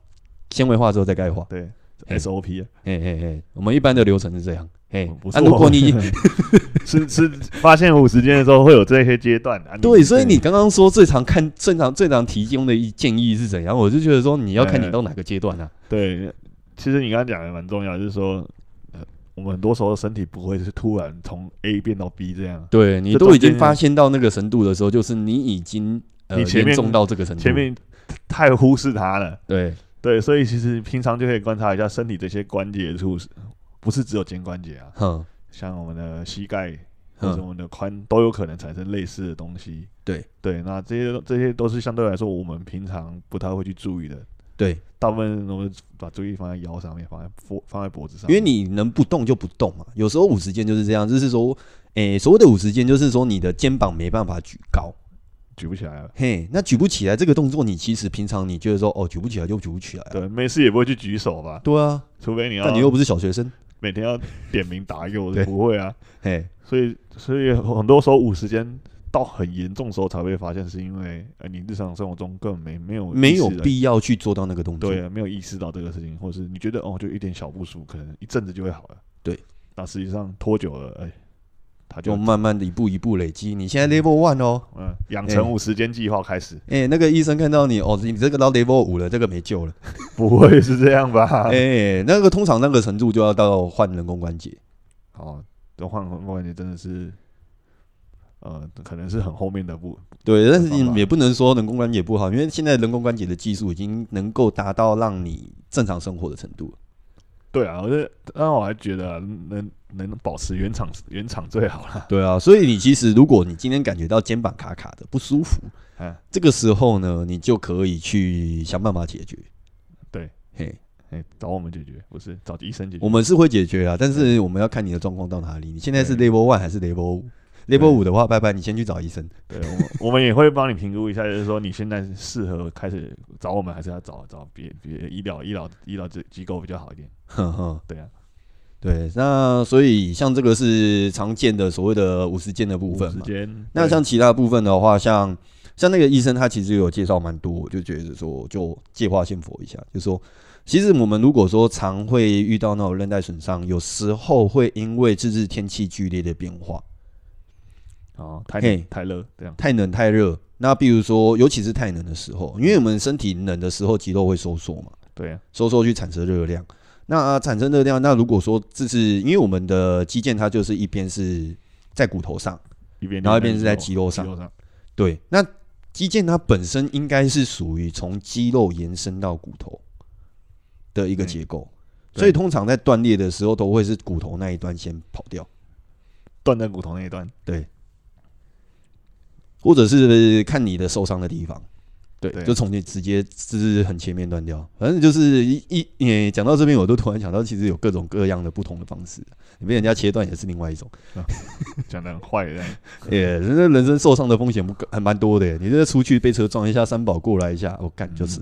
S1: 纤维化之后再钙化，
S2: 对
S1: 嘿
S2: ，SOP 啊
S1: 嘿嘿嘿，我们一般的流程是这样，嘿
S2: 嗯，不
S1: 啊，
S2: 错
S1: 如果
S2: (laughs)
S1: 你
S2: 是是发现五十肩的时候会有这些阶段啊，
S1: 对，所以你刚刚说最常看、最常、最常提供的一建议是怎样？我就觉得说你要看
S2: 嗯
S1: 你到哪个阶段啊，
S2: 对，其实你刚刚讲的蛮重要，就是说，呃，我们很多时候身体不会是突然从 A 变到 B 这样，
S1: 对你
S2: 这
S1: 都
S2: 中
S1: 已经
S2: 间
S1: 发现到那个程度的时候，就是你已经呃
S2: 你前面
S1: 严重到这个程度，
S2: 前面太忽视它了。
S1: 对。
S2: 对，所以其实平常就可以观察一下身体这些关节处，不是只有肩关节啊，
S1: 哼，
S2: 像我们的膝盖或者
S1: 哼，
S2: 我们的髋都有可能产生类似的东西。
S1: 嗯对
S2: 对，那这些这些都是相对来说我们平常不太会去注意的，
S1: 对，
S2: 大部分我们把注意力放在腰上面，放在脖放在脖子上
S1: 因
S2: 面，
S1: 为你能不动就不动嘛。有时候五十肩就是这样，就是说，诶、所谓的五十肩就是说你的肩膀没办法举高，
S2: 举不起来了。
S1: 嘿，那举不起来这个动作，你其实平常你觉得说，哦，举不起来就举不起来啊，
S2: 对，没事也不会去举手吧，
S1: 对啊，
S2: 除非你要
S1: 但你又不是小学生，
S2: 每天要点名打右
S1: 对，
S2: 不会啊。
S1: 嘿，
S2: 所以，所以很多时候午时间到很严重的时候才会发现，是因为呃你日常生活中根本没没有
S1: 没有
S2: 意识到啊
S1: 必要去做到那个动作。
S2: 对啊没有意识到这个事情，或是你觉得哦就一点小不舒服，可能一阵子就会好了。
S1: 对，
S2: 那实际上拖久了，哎、它
S1: 就
S2: 就
S1: 慢慢的一步一步累积。你现在 level one 哦，
S2: 嗯养成五时间计划开始，
S1: 哎、那个医生看到你哦，你这个到 level 五了，这个没救了。
S2: 不会是这样吧
S1: 哎、？那个通常那个程度就要到换人工关节。
S2: 哦，这换换换你真的是，呃，可能是很后面的步，
S1: 对，但是
S2: 方法
S1: 你也不能说人工关节不好，因为现在人工关节的技术已经能够达到让你正常生活的程度了。
S2: 对啊，我是，但我还觉得啊能能保持原厂原厂最好啦。
S1: 对啊，所以你其实如果你今天感觉到肩膀卡卡的不舒服，
S2: 嗯
S1: 这个时候呢，你就可以去想办法解决。
S2: 对，
S1: 嘿，
S2: 哎、找我们解决，不是找医生解决。
S1: 我们是会解决啊，但是我们要看你的状况到哪里。你现在是 level one 还是 level 五？level 五的话，拜拜，你先去找医生。
S2: 对，我们我们也会帮你评估一下，就是说你现在适合开始找我们，还是要找找别别医疗医疗医疗机机构比较好一点。
S1: 哼 (laughs) 哼，
S2: 对啊，
S1: 对，那所以像这个是常见的所谓的五十肩的部分
S2: 时
S1: 嘛。
S2: 间，
S1: 那
S2: 对
S1: 像其他部分的话，像像那个医生他其实有介绍蛮多，我就觉得说就借花献佛一下，就说其实我们如果说常会遇到那种韧带损伤，有时候会因为这是天气剧烈的变化，
S2: 哦，太
S1: 嘿
S2: 太热这样，
S1: 太冷太热。那比如说，尤其是太冷的时候，因为我们身体冷的时候，肌肉会收缩嘛，
S2: 对啊，
S1: 收缩去产生热量。那、呃产生热量，那如果说这是因为我们的肌腱，它就是一边是在骨头上，
S2: 一边
S1: 然后一边
S2: 热
S1: 是在
S2: 肌
S1: 肌肉上
S2: 肌肉上，
S1: 对，那肌腱它本身应该是属于从肌肉延伸到骨头的一个结构，
S2: 对
S1: 所以通常在断裂的时候都会是骨头那一端先跑掉，
S2: 断在骨头那一段。
S1: 或者是看你的受伤的地方，对，
S2: 对
S1: 就从你直接就是很前面断掉。反正就是一一也讲到这边，我都突然想到，其实有各种各样的不同的方式，你被人家切断也是另外一种。
S2: 讲的很坏这样，
S1: 耶，人家人生受伤的风险不还蛮多的耶，你这出去被车撞一下，三宝过来一下，我、哦干就是。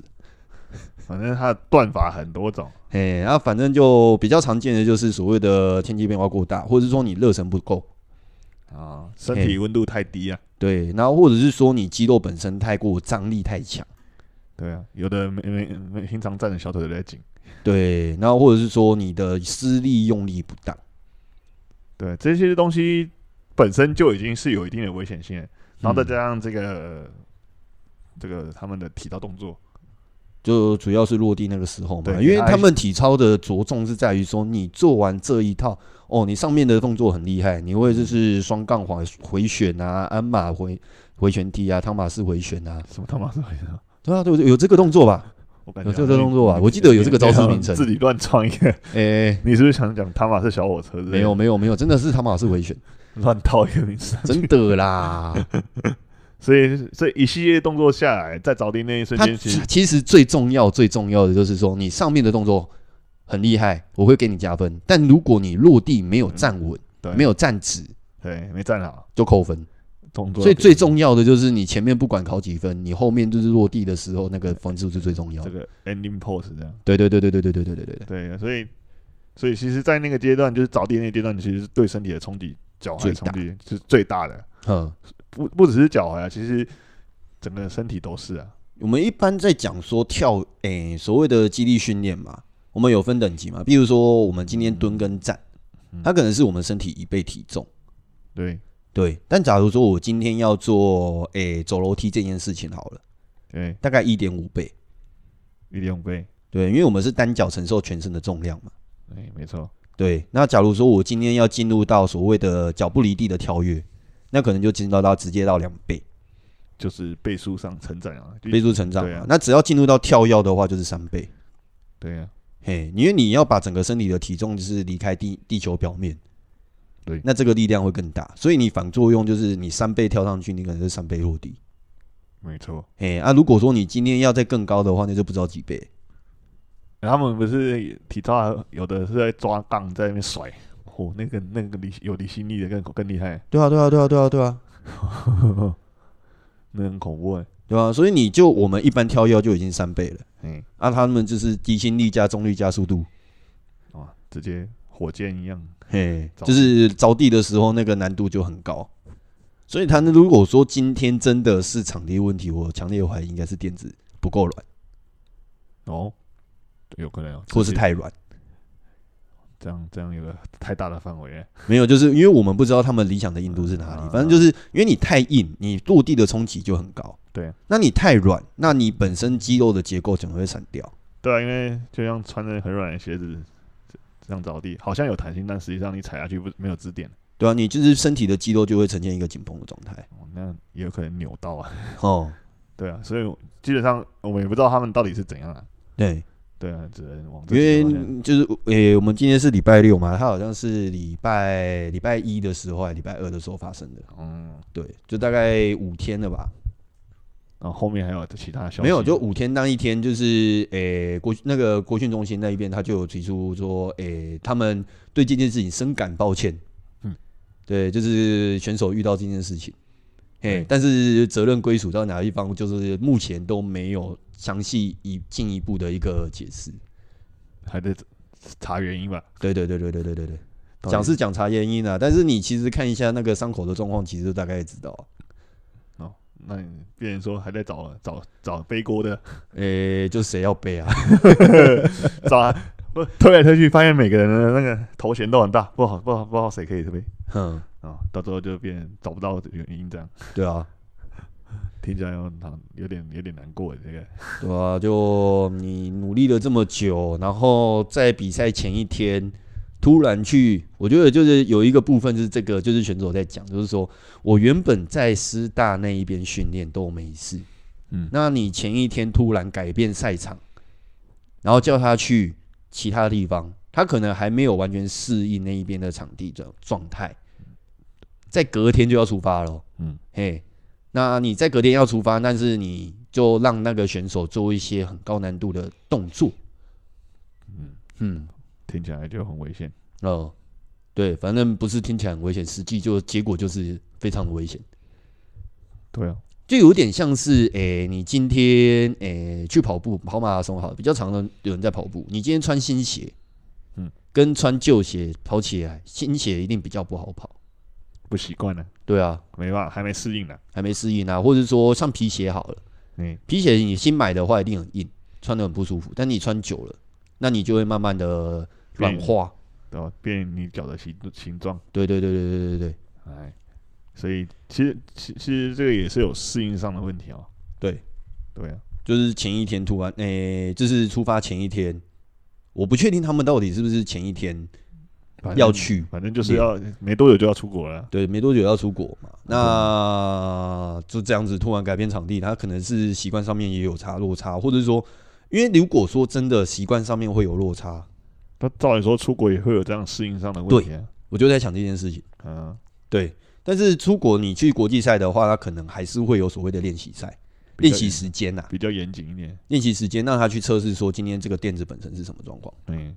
S2: 反正它的断法很多种，
S1: 哎，然、后反正就比较常见的就是所谓的天气变化过大，或者是说你热身不够，
S2: 啊，身
S1: 嘿
S2: 体温度太低啊，
S1: 对，然后或者是说你肌肉本身太过张力太强，
S2: 对啊，有的没没没平常站着小腿都在紧，
S1: 对，然后或者是说你的施力用力不当，
S2: 对，这些东西本身就已经是有一定的危险性了，然
S1: 嗯
S2: 后再加上这个、这个他们的体操动作，
S1: 就主要是落地那个时候嘛，
S2: 对啊
S1: 因为
S2: 给他一
S1: 他们体操的着重是在于说你做完这一套，哦，你上面的动作很厉害，你
S2: 嗯
S1: 会就是双杠回回旋啊，鞍马回回旋踢啊，汤马斯回旋啊，
S2: 什么他妈是
S1: 对啊，对不对？有这个动作吧？
S2: 我感觉
S1: 有这个动作啊吧？我记得有这个招式名称，
S2: 自己乱创一个。
S1: 哎、
S2: 你是不是想讲他妈是小火车之类的？
S1: 没有没有没有，真的是汤马斯回旋。
S2: 乱套一个名字，
S1: 真的
S2: (laughs)
S1: 啦，
S2: 所以这一系列动作下来，在着地那一瞬
S1: 他
S2: 间，其实
S1: 其实最重要、最重要的就是说，你上面的动作很厉害，我会给你加分。但如果你落地没有站稳，
S2: 对
S1: 没有站直，
S2: 对没站好
S1: 就扣分。
S2: 动作，
S1: 所以最重要的就是你前面不管考几分，你后面就是落地的时候那个分数是最重要
S2: 这
S1: 的。
S2: 个 ending pose 这样。
S1: 对对对对对对对对对对对，
S2: 对，所以所以其实，在那个阶段，就是着地那个阶段，其实是对身体的冲击，脚踝
S1: 最
S2: 的冲击是最大的。
S1: 嗯。
S2: 不不只是脚踝啊，其实整个身体都是啊。
S1: 我们一般在讲说跳，诶、所谓的肌力训练嘛，我们有分等级嘛。比如说，我们今天蹲跟站，
S2: 嗯
S1: 它可能是我们身体一倍体重。
S2: 对
S1: 对，但假如说我今天要做诶、走楼梯这件事情好了，
S2: 对，
S1: 大概一点五倍，
S2: 一点五倍，
S1: 对，因为我们是单脚承受全身的重量嘛。
S2: 哎，没错，
S1: 对，那假如说我今天要进入到所谓的脚不离地的跳跃，那可能就进入到直接到两倍
S2: 就是倍数上成长啊。就
S1: 倍数成长
S2: 对
S1: 嘛
S2: 啊。
S1: 那只要进入到跳跃的话，就是三倍。
S2: 对啊，
S1: 嘿，因为你要把整个身体的体重就是离开地地球表面，
S2: 对
S1: 那这个力量会更大，所以你反作用就是你三倍跳上去，你可能是三倍落地。
S2: 没错。
S1: 嘿，啊，如果说你今天要再更高的话，那就不知道几倍。
S2: 然后他们不是体操啊，有的是在抓杠，在那边甩。哦，那个那个离有离心力的更更厉害，
S1: 对啊，对啊，对啊，对啊，对啊，
S2: 那很恐怖哎、
S1: 对啊，所以你就我们一般跳跃就已经三倍了，
S2: 嗯，
S1: 啊，他们就是低心力加重力加速度，
S2: 哇，直接火箭一样。
S1: 嘿，
S2: 着
S1: 就是着地的时候那个难度就很高。所以他们如果说今天真的是场地问题，我强烈怀疑应该是垫子不够软，
S2: 哦，有可能哦，
S1: 或是
S2: 太。
S1: 太软。
S2: 这样这样有个太大的范围了，欸
S1: 没有，就是因为我们不知道他们理想的硬度是哪里
S2: 嗯，
S1: 反正就是因为你太硬，你落地的冲击就很高。
S2: 对，
S1: 那你太软，那你本身肌肉的结构整个会散掉。
S2: 对啊，因为就像穿着很软的鞋子这这样着地，好像有弹性，但实际上你踩下去不没有支点，
S1: 对啊，你就是身体的肌肉就会呈现一个紧绷的状
S2: (laughs)
S1: 态。
S2: 哦，那也有可能扭到啊， (laughs)
S1: 哦，
S2: 对啊，所以我基本上我们也不知道他们到底是怎样啊，
S1: 对，
S2: 对啊，只能往这
S1: 因
S2: 几
S1: 为
S2: 个方向
S1: 就是诶、我们今天是礼拜六嘛，它好像是礼拜礼拜一的时候，还是礼拜二的时候发生的。
S2: 嗯，
S1: 对，就大概五天了吧。
S2: 然后后面还有其他消息，
S1: 没有，就五天当一天，就是诶、国那个国训中心那一边，他就有提出说，诶、他们对这件事情深感抱歉。
S2: 嗯
S1: 嗯，对，就是选手遇到这件事情，嘿
S2: 对，
S1: 但是责任归属到哪一方，就是目前都没有详细一进一步的一个解释。
S2: 还得查原因吧，
S1: 对对对对对对对对，
S2: 到底
S1: 讲是讲查原因啊，但是你其实看一下那个伤口的状况，其实就大概知道啊。
S2: 哦，那你别人说还在找找找背锅的，
S1: 诶、就谁要背啊？ (laughs)
S2: 找啊，不推来推去，发现每个人的那个头衔都很大，不好不好不知道谁可以推
S1: 哼，
S2: 啊、到最后就变成找不到原因，这样
S1: 对啊，
S2: 听起来有点有点有点难过这个。
S1: 对啊，就你努力了这么久，然后在比赛前一天突然去，我觉得就是有一个部分是这个，就是选手在讲，就是说我原本在师大那一边训练都没事，
S2: 嗯
S1: 那你前一天突然改变赛场，然后叫他去其他地方，他可能还没有完全适应那一边的场地的状态，在隔天就要出发了，
S2: 嗯
S1: 嗯，嘿，那你在隔天要出发，但是你就让那个选手做一些很高难度的动作，
S2: 嗯，
S1: 嗯，
S2: 听起来就很危险。
S1: 哦，对，反正不是听起来很危险，实际就结果就是非常的危险，
S2: 对啊，
S1: 就有点像是，诶、你今天诶、去跑步跑马拉松好了，比较常的有人在跑步，你今天穿新鞋，
S2: 嗯
S1: 嗯，跟穿旧鞋跑起来，新鞋一定比较不好跑，
S2: 不习惯呢，
S1: 对啊，
S2: 没办法，还没适应呢。
S1: 还没适应啊，或者说像皮鞋好了。
S2: 嗯，
S1: 皮鞋你新买的话一定很硬，穿的很不舒服，但你穿久了，那你就会慢慢的软化。
S2: 对吧？变你脚的形形状，
S1: 对对对对对对对
S2: 哎，所以其实其其实这个也是有适应上的问题哦。
S1: 对，
S2: 对啊，
S1: 就是前一天突然，诶、就是出发前一天，我不确定他们到底是不是前一天
S2: 反正
S1: 要，去，
S2: 反正就是要没多久就要出国了啊。
S1: 对，没多久要出国嘛，
S2: 嗯
S1: 那就这样子突然改变场地，他可能是习惯上面也有差落差，或者说，因为如果说真的习惯上面会有落差，
S2: 那照理说出国也会有这样适应上的问题啊。
S1: 我就在想这件事情。
S2: 嗯，
S1: 对，但是出国你去国际赛的话，它可能还是会有所谓的练习赛、
S2: 比
S1: 练
S2: 较
S1: 习时间呐、
S2: 比较严谨一点。
S1: 练习时间让他去测试说今天这个垫子本身是什么状况。
S2: 嗯，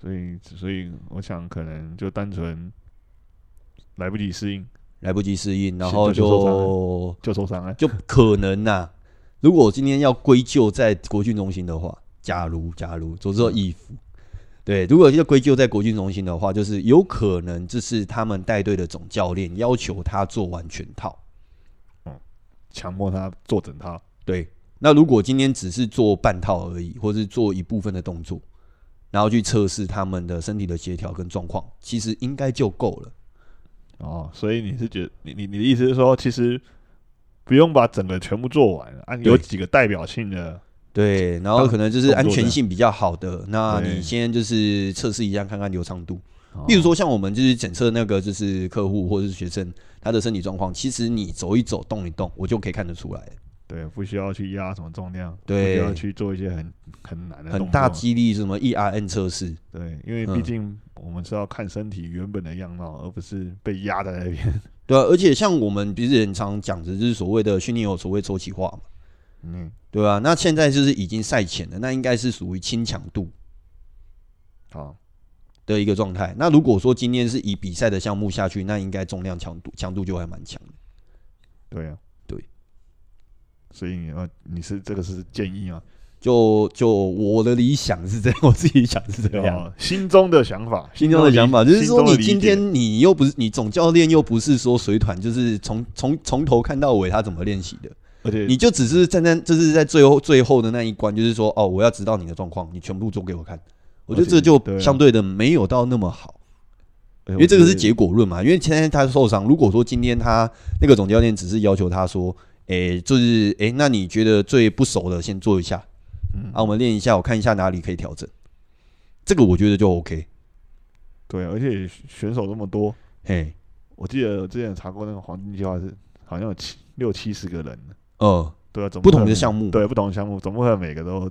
S2: 所以所以我想可能就单纯来不及适应
S1: 来不及适应，然
S2: 是
S1: 后
S2: 这就受伤
S1: 就
S2: 就受伤了。
S1: 就可能呐、如果今天要归咎在国训中心的话，假如假如，总之说 if，对，如果要归咎在国训中心的话，就是有可能这是他们带队的总教练要求他做完全套。
S2: 强迫他做整套，
S1: 对，那如果今天只是做半套而已，或是做一部分的动作，然后去测试他们的身体的协调跟状况，其实应该就够了。
S2: 哦，所以你是觉得你你你的意思是说，其实不用把整个全部做完啊，有几个代表性的，
S1: 对，然后可能就是
S2: 动
S1: 安
S2: 作
S1: 全
S2: 的
S1: 性比较好的，那
S2: 对
S1: 你先就是测试一下看看流畅度。
S2: 哦
S1: 例如说，像我们就是检测那个就是客户或者是学生他的身体状况，其实你走一走、动一动，我就可以看得出来，
S2: 对，不需要去压什么重量，
S1: 对
S2: 不需要去做一些很很难的动
S1: 很
S2: 作
S1: 大肌力什么 ERN 测试，
S2: 对，因为
S1: 嗯
S2: 毕竟我们是要看身体原本的样貌，而不是被压在那边。 (laughs)
S1: 对啊，而且像我们其实很常讲的就是所谓的训练有所谓周期化嘛。
S2: 嗯，
S1: 对啊，那现在就是已经赛前了，那应该是属于轻强度
S2: 好，
S1: 的一个状态。那如果说今天是以比赛的项目下去，那应该重量强度强度就还蛮强的。
S2: 对啊，
S1: 对，
S2: 所以你要你是这个是建议啊，
S1: 就就我的理想是这样，我自己想是这样。
S2: 哦，心中的想法，
S1: 啊心中的想法就是说，你
S2: 理
S1: 今
S2: 心中的理解
S1: 天你又不是你总教练又不是说随团，就是从从从头看到尾他怎么练习的，
S2: 而且
S1: 你就只是站在就是在最后最后的那一关，就是说哦，我要知道你的状况，你全部做给我看，我觉得这就
S2: 对啊
S1: 相对的没有到那么好，
S2: 因
S1: 因为这个是结果论嘛。因为现在他受伤，如果说今天他那个总教练只是要求他说，诶、就是诶、那你觉得最不熟的先做一下，
S2: 嗯
S1: 啊，我们练一下，我看一下哪里可以调整，这个我觉得就 OK。
S2: 对啊，而且选手这么多，
S1: 嘿，
S2: 我记得我之前查过那个黄金计划是好像有七六七十个人，
S1: 呃，
S2: 对啊，总
S1: 不同的项目
S2: 对不同的项目，总不可能每个都很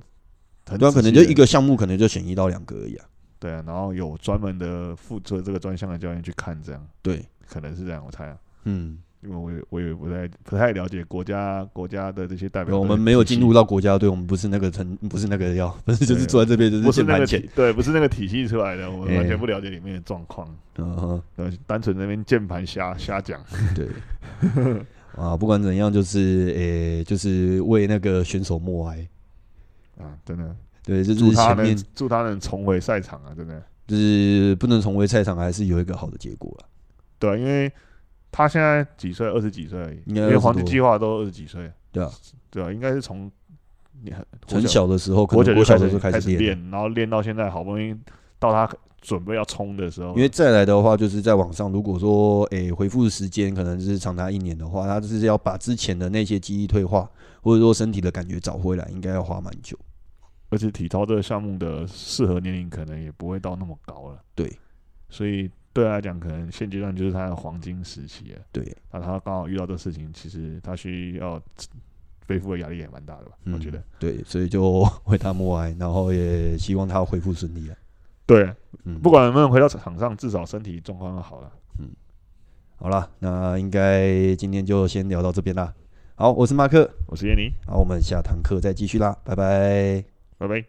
S1: 对啊，
S2: 仔
S1: 可能
S2: 细
S1: 就
S2: 地
S1: 一个项目，可能就选一到两个而已啊。
S2: 对啊，然后有专门的负责这个专项的教练去看，这样
S1: 对，
S2: 可能是这样，我猜啊，
S1: 嗯，
S2: 因为我也我也不太不太了解国家国家的这些代表队的体系，
S1: 我们没有进入到国家队，我们不是那个成，不是那个要，不是就是坐在这边就是
S2: 不是
S1: 键
S2: 那
S1: 盘
S2: 个
S1: 前
S2: 体，对，不是那个体系出来的，我
S1: 哎
S2: 完全不了解里面的状况，
S1: 嗯哼，
S2: 呃，单纯那边键盘瞎瞎讲，
S1: 对。 (laughs) 啊，不管怎样，就是诶、就是为那个选手默哀，
S2: 啊，真的，
S1: 对，就是
S2: 祝他
S1: 前
S2: 能
S1: 面
S2: 祝他能重回赛场啊，真的。
S1: 就是不能重回赛场，还是有一个好的结果了。
S2: 对，啊因为他现在几岁？二十几岁而已，
S1: 应
S2: 因
S1: 该
S2: 为黄
S1: 20
S2: 金
S1: 多
S2: 计划都二十几岁，
S1: 对啊，
S2: 对啊，应该是从你很国
S1: 很小的时候，可
S2: 国
S1: 能
S2: 小
S1: 国小的
S2: 就开始
S1: 时候开
S2: 开
S1: 始
S2: 始
S1: 练，
S2: 练，然后练到现在，好不容易到他准备要冲的时候，
S1: 因为再来的话，就是在网上，如果说诶、回复时间可能是长达一年的话，他就是要把之前的那些记忆退化，或者说身体的感觉找回来，应该要花蛮久。
S2: 而且体操这个项目的适合年龄可能也不会到那么高了。
S1: 对，
S2: 所以对他来讲，可能现阶段就是他的黄金时期了。
S1: 对，
S2: 那他刚好遇到这事情，其实他需要背负的压力也蛮大的吧？我觉
S1: 嗯
S2: 得，
S1: 对，所以就 (laughs) 为他默哀，然后也希望他恢复顺利啊。
S2: 对，
S1: 嗯，
S2: 不管能不能回到场上，至少身体状况要好了。
S1: 好啦，那应该今天就先聊到这边啦。好，我是马克，
S2: 我是燕妮，
S1: 好，我们下堂课再继续啦，拜拜。
S2: 拜拜。